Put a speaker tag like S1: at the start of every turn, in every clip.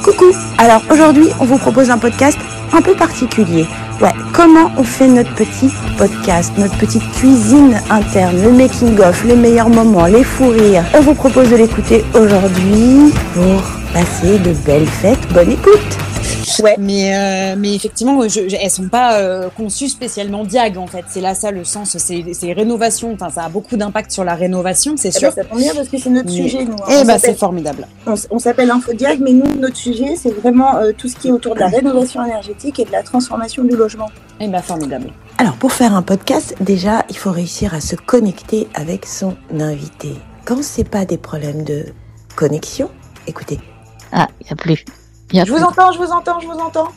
S1: Salut Alors aujourd'hui, on vous propose un podcast un peu particulier. Ouais, comment on fait notre petit podcast, notre petite cuisine interne, le making of, les meilleurs moments, les fous rires. On vous propose de l'écouter aujourd'hui pour passer de belles fêtes. Bonne écoute
S2: Ouais. Mais, euh, mais effectivement, je, je- elles sont pas euh, conçues spécialement diag en fait. C'est là ça le sens. C'est c'est rénovation. Enfin, ça a beaucoup d'impact sur la rénovation, c'est
S3: Eh ben,
S2: sûr.
S3: ça tombe bien parce que c'est notre
S2: Oui.
S3: sujet, nous. hein.
S2: Eh
S3: On
S2: ben, c'est
S3: s'appelle-
S2: formidable.
S3: on s- on s'appelle Infodiag, mais nous, notre sujet, c'est vraiment euh, tout ce qui est autour de la rénovation énergétique et de la transformation du logement.
S2: Eh ben, formidable.
S1: Alors pour faire un podcast, déjà, il faut réussir à se connecter avec son invité. Quand c'est pas des problèmes de connexion, écoutez,
S4: Ah, il n'y a plus.
S5: Ah,
S4: Y a
S3: Je vous
S4: plus.
S3: entends, je vous entends, je vous entends.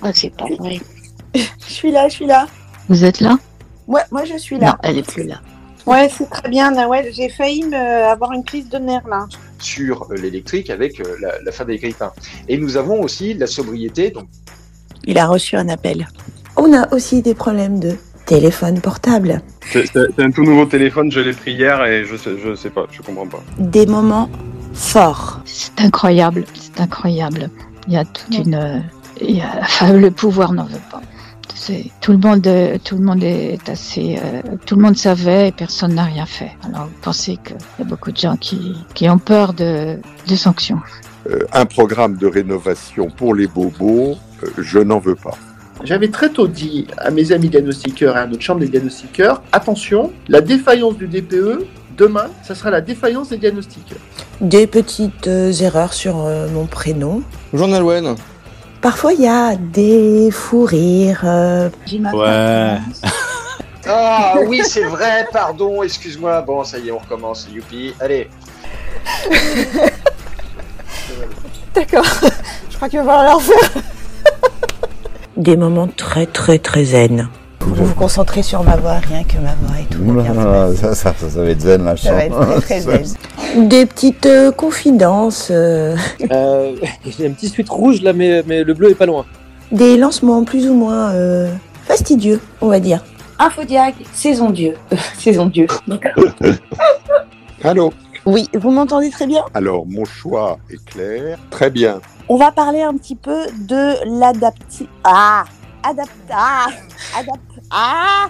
S4: Ah, c'est pas vrai.
S3: Je suis là, je suis là.
S4: Vous êtes là
S3: Ouais, moi, je suis
S4: Non,
S3: là.
S4: elle est plus là.
S5: Ouais, c'est très bien. là, Ouais, j'ai failli me avoir une crise de nerfs là.
S6: sur euh, l'électrique avec euh, la, la fin des grippins. Et nous avons aussi la sobriété, donc
S7: Il a reçu un appel.
S1: on a aussi des problèmes de téléphone portable,
S8: C'est c'est- c'est un tout nouveau téléphone, je l'ai pris hier et je sais, je sais pas, je comprends pas.
S1: des moments forts.
S4: C'est incroyable, c'est incroyable. Il y a toute une. euh, y a- enfin, le pouvoir n'en veut pas. C'est- Tout le monde, euh, tout le monde est assez. euh, tout le monde savait et personne n'a rien fait. Alors, vous pensez qu'il y a beaucoup de gens qui, qui ont peur de, de sanctions.
S9: Euh, un programme de rénovation pour les bobos, euh, je n'en veux pas.
S10: J'avais très tôt dit à mes amis diagnostiqueurs et à notre chambre des diagnostiqueurs, attention, la défaillance du DPE, demain, ça sera la défaillance des diagnostiqueurs.
S1: Des petites euh, erreurs sur euh, mon prénom.
S11: Journal Wen.
S1: Parfois, il y a des fous rires. euh,
S7: J'ai ma
S11: Ouais.
S6: ah oui c'est vrai pardon excuse-moi bon ça y est on recommence youpi allez
S3: D'accord. je crois qu'il va falloir faire.
S1: des moments très, très, très zen.
S7: Vous vous concentrez sur ma voix, rien que ma voix et tout. va bien se passer.
S9: ça, ça, ça, va être zen la
S7: Ça va être très très zen.
S1: Des petites euh, confidences. euh,
S11: Euh, J'ai un petit suite rouge là, mais, mais le bleu est pas loin.
S1: des lancements plus ou moins euh, fastidieux, on va dire.
S3: Infodiag, saison Dieu. saison Dieu.
S9: Allô
S3: Oui, vous m'entendez très bien
S9: Alors, mon choix est clair. Très bien.
S3: On va parler un petit peu de l'adapti... Ah Adapt... Ah Adapt... Ah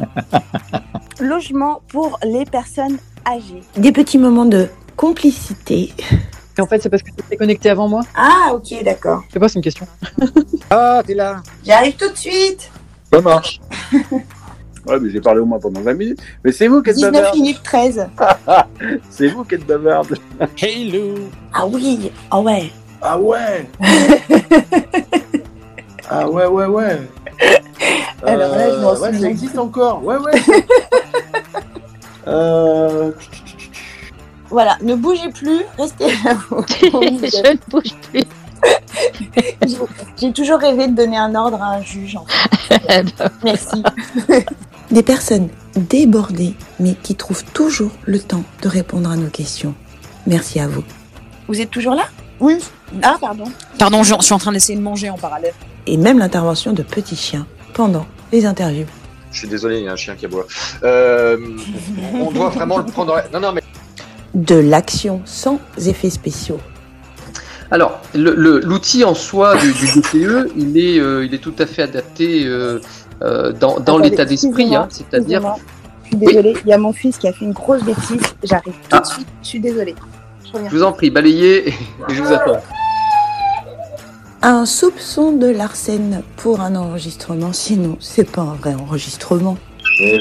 S3: Logement pour les personnes âgées.
S1: Des petits moments de complicité.
S12: Et en fait, c'est parce que tu t'es connecté avant moi
S3: Ah, ok, d'accord.
S12: Je sais pas, c'est une question.
S6: ah t'es là
S3: J'arrive tout de suite
S6: ça marche ouais mais j'ai parlé au moins pendant 20 minutes mais c'est vous qui
S3: 19 minutes 13.
S6: c'est vous qui êtes bavarde
S11: Hello
S3: Ah oui Ah ouais
S10: Ah ouais Ah ouais, ouais, ouais. Euh,
S3: Alors là, je m'en
S10: ouais,
S3: souviens.
S10: ça existe encore. Ouais, ouais. euh...
S3: Voilà, ne bougez plus, restez là.
S4: je ne bouge plus.
S3: J'ai toujours rêvé de donner un ordre à un juge. en fait.
S4: Eh ben,
S3: Merci.
S1: Des personnes débordées, mais qui trouvent toujours le temps de répondre à nos questions. Merci à vous.
S3: Vous êtes toujours là Oui. Ah, pardon.
S2: Pardon, je, je suis en train d'essayer de manger en parallèle.
S1: Et même l'intervention de petits chiens pendant les interviews.
S6: je suis désolé il y a un chien qui aboie euh, on doit vraiment le prendre en- non non mais
S1: De l'action sans effets spéciaux.
S11: Alors, le- le- l'outil en soi du, du DPE, il est, euh, il est tout à fait adapté euh, euh, dans, dans
S3: Attendez,
S11: l'état d'esprit,
S3: excusez-moi,
S11: hein, c'est-à-dire
S3: Excusez-moi, Je suis désolée, il y a mon fils qui a fait une grosse bêtise. J'arrive tout
S11: Ah.
S3: de suite, je suis désolée. Je reviens.
S11: Je vous en prie, balayez et je vous attends.
S1: Un soupçon de Larsen pour un enregistrement, sinon c'est pas un vrai enregistrement.
S10: Eh,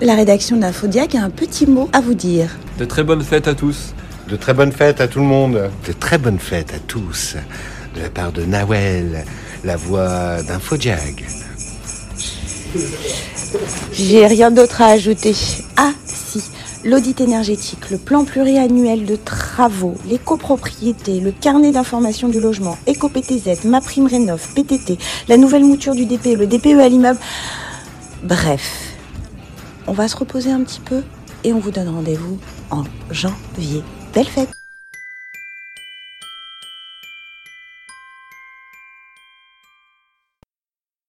S1: La rédaction d'Infodiac a un petit mot à vous dire.
S11: De très bonnes fêtes à tous.
S9: De très bonnes fêtes à tout le monde.
S10: De très bonnes fêtes à tous, de la part de Nawel, la voix d'Infodiag.
S1: J'ai rien d'autre à ajouter. Ah si, l'audit énergétique, le plan pluriannuel de travaux, les copropriétés, le carnet d'information du logement, EcoPTZ, MaPrimeRénov, PTT, la nouvelle mouture du DPE, le DPE à l'immeuble. Bref, on va se reposer un petit peu et on vous donne rendez-vous en janvier. Belle fête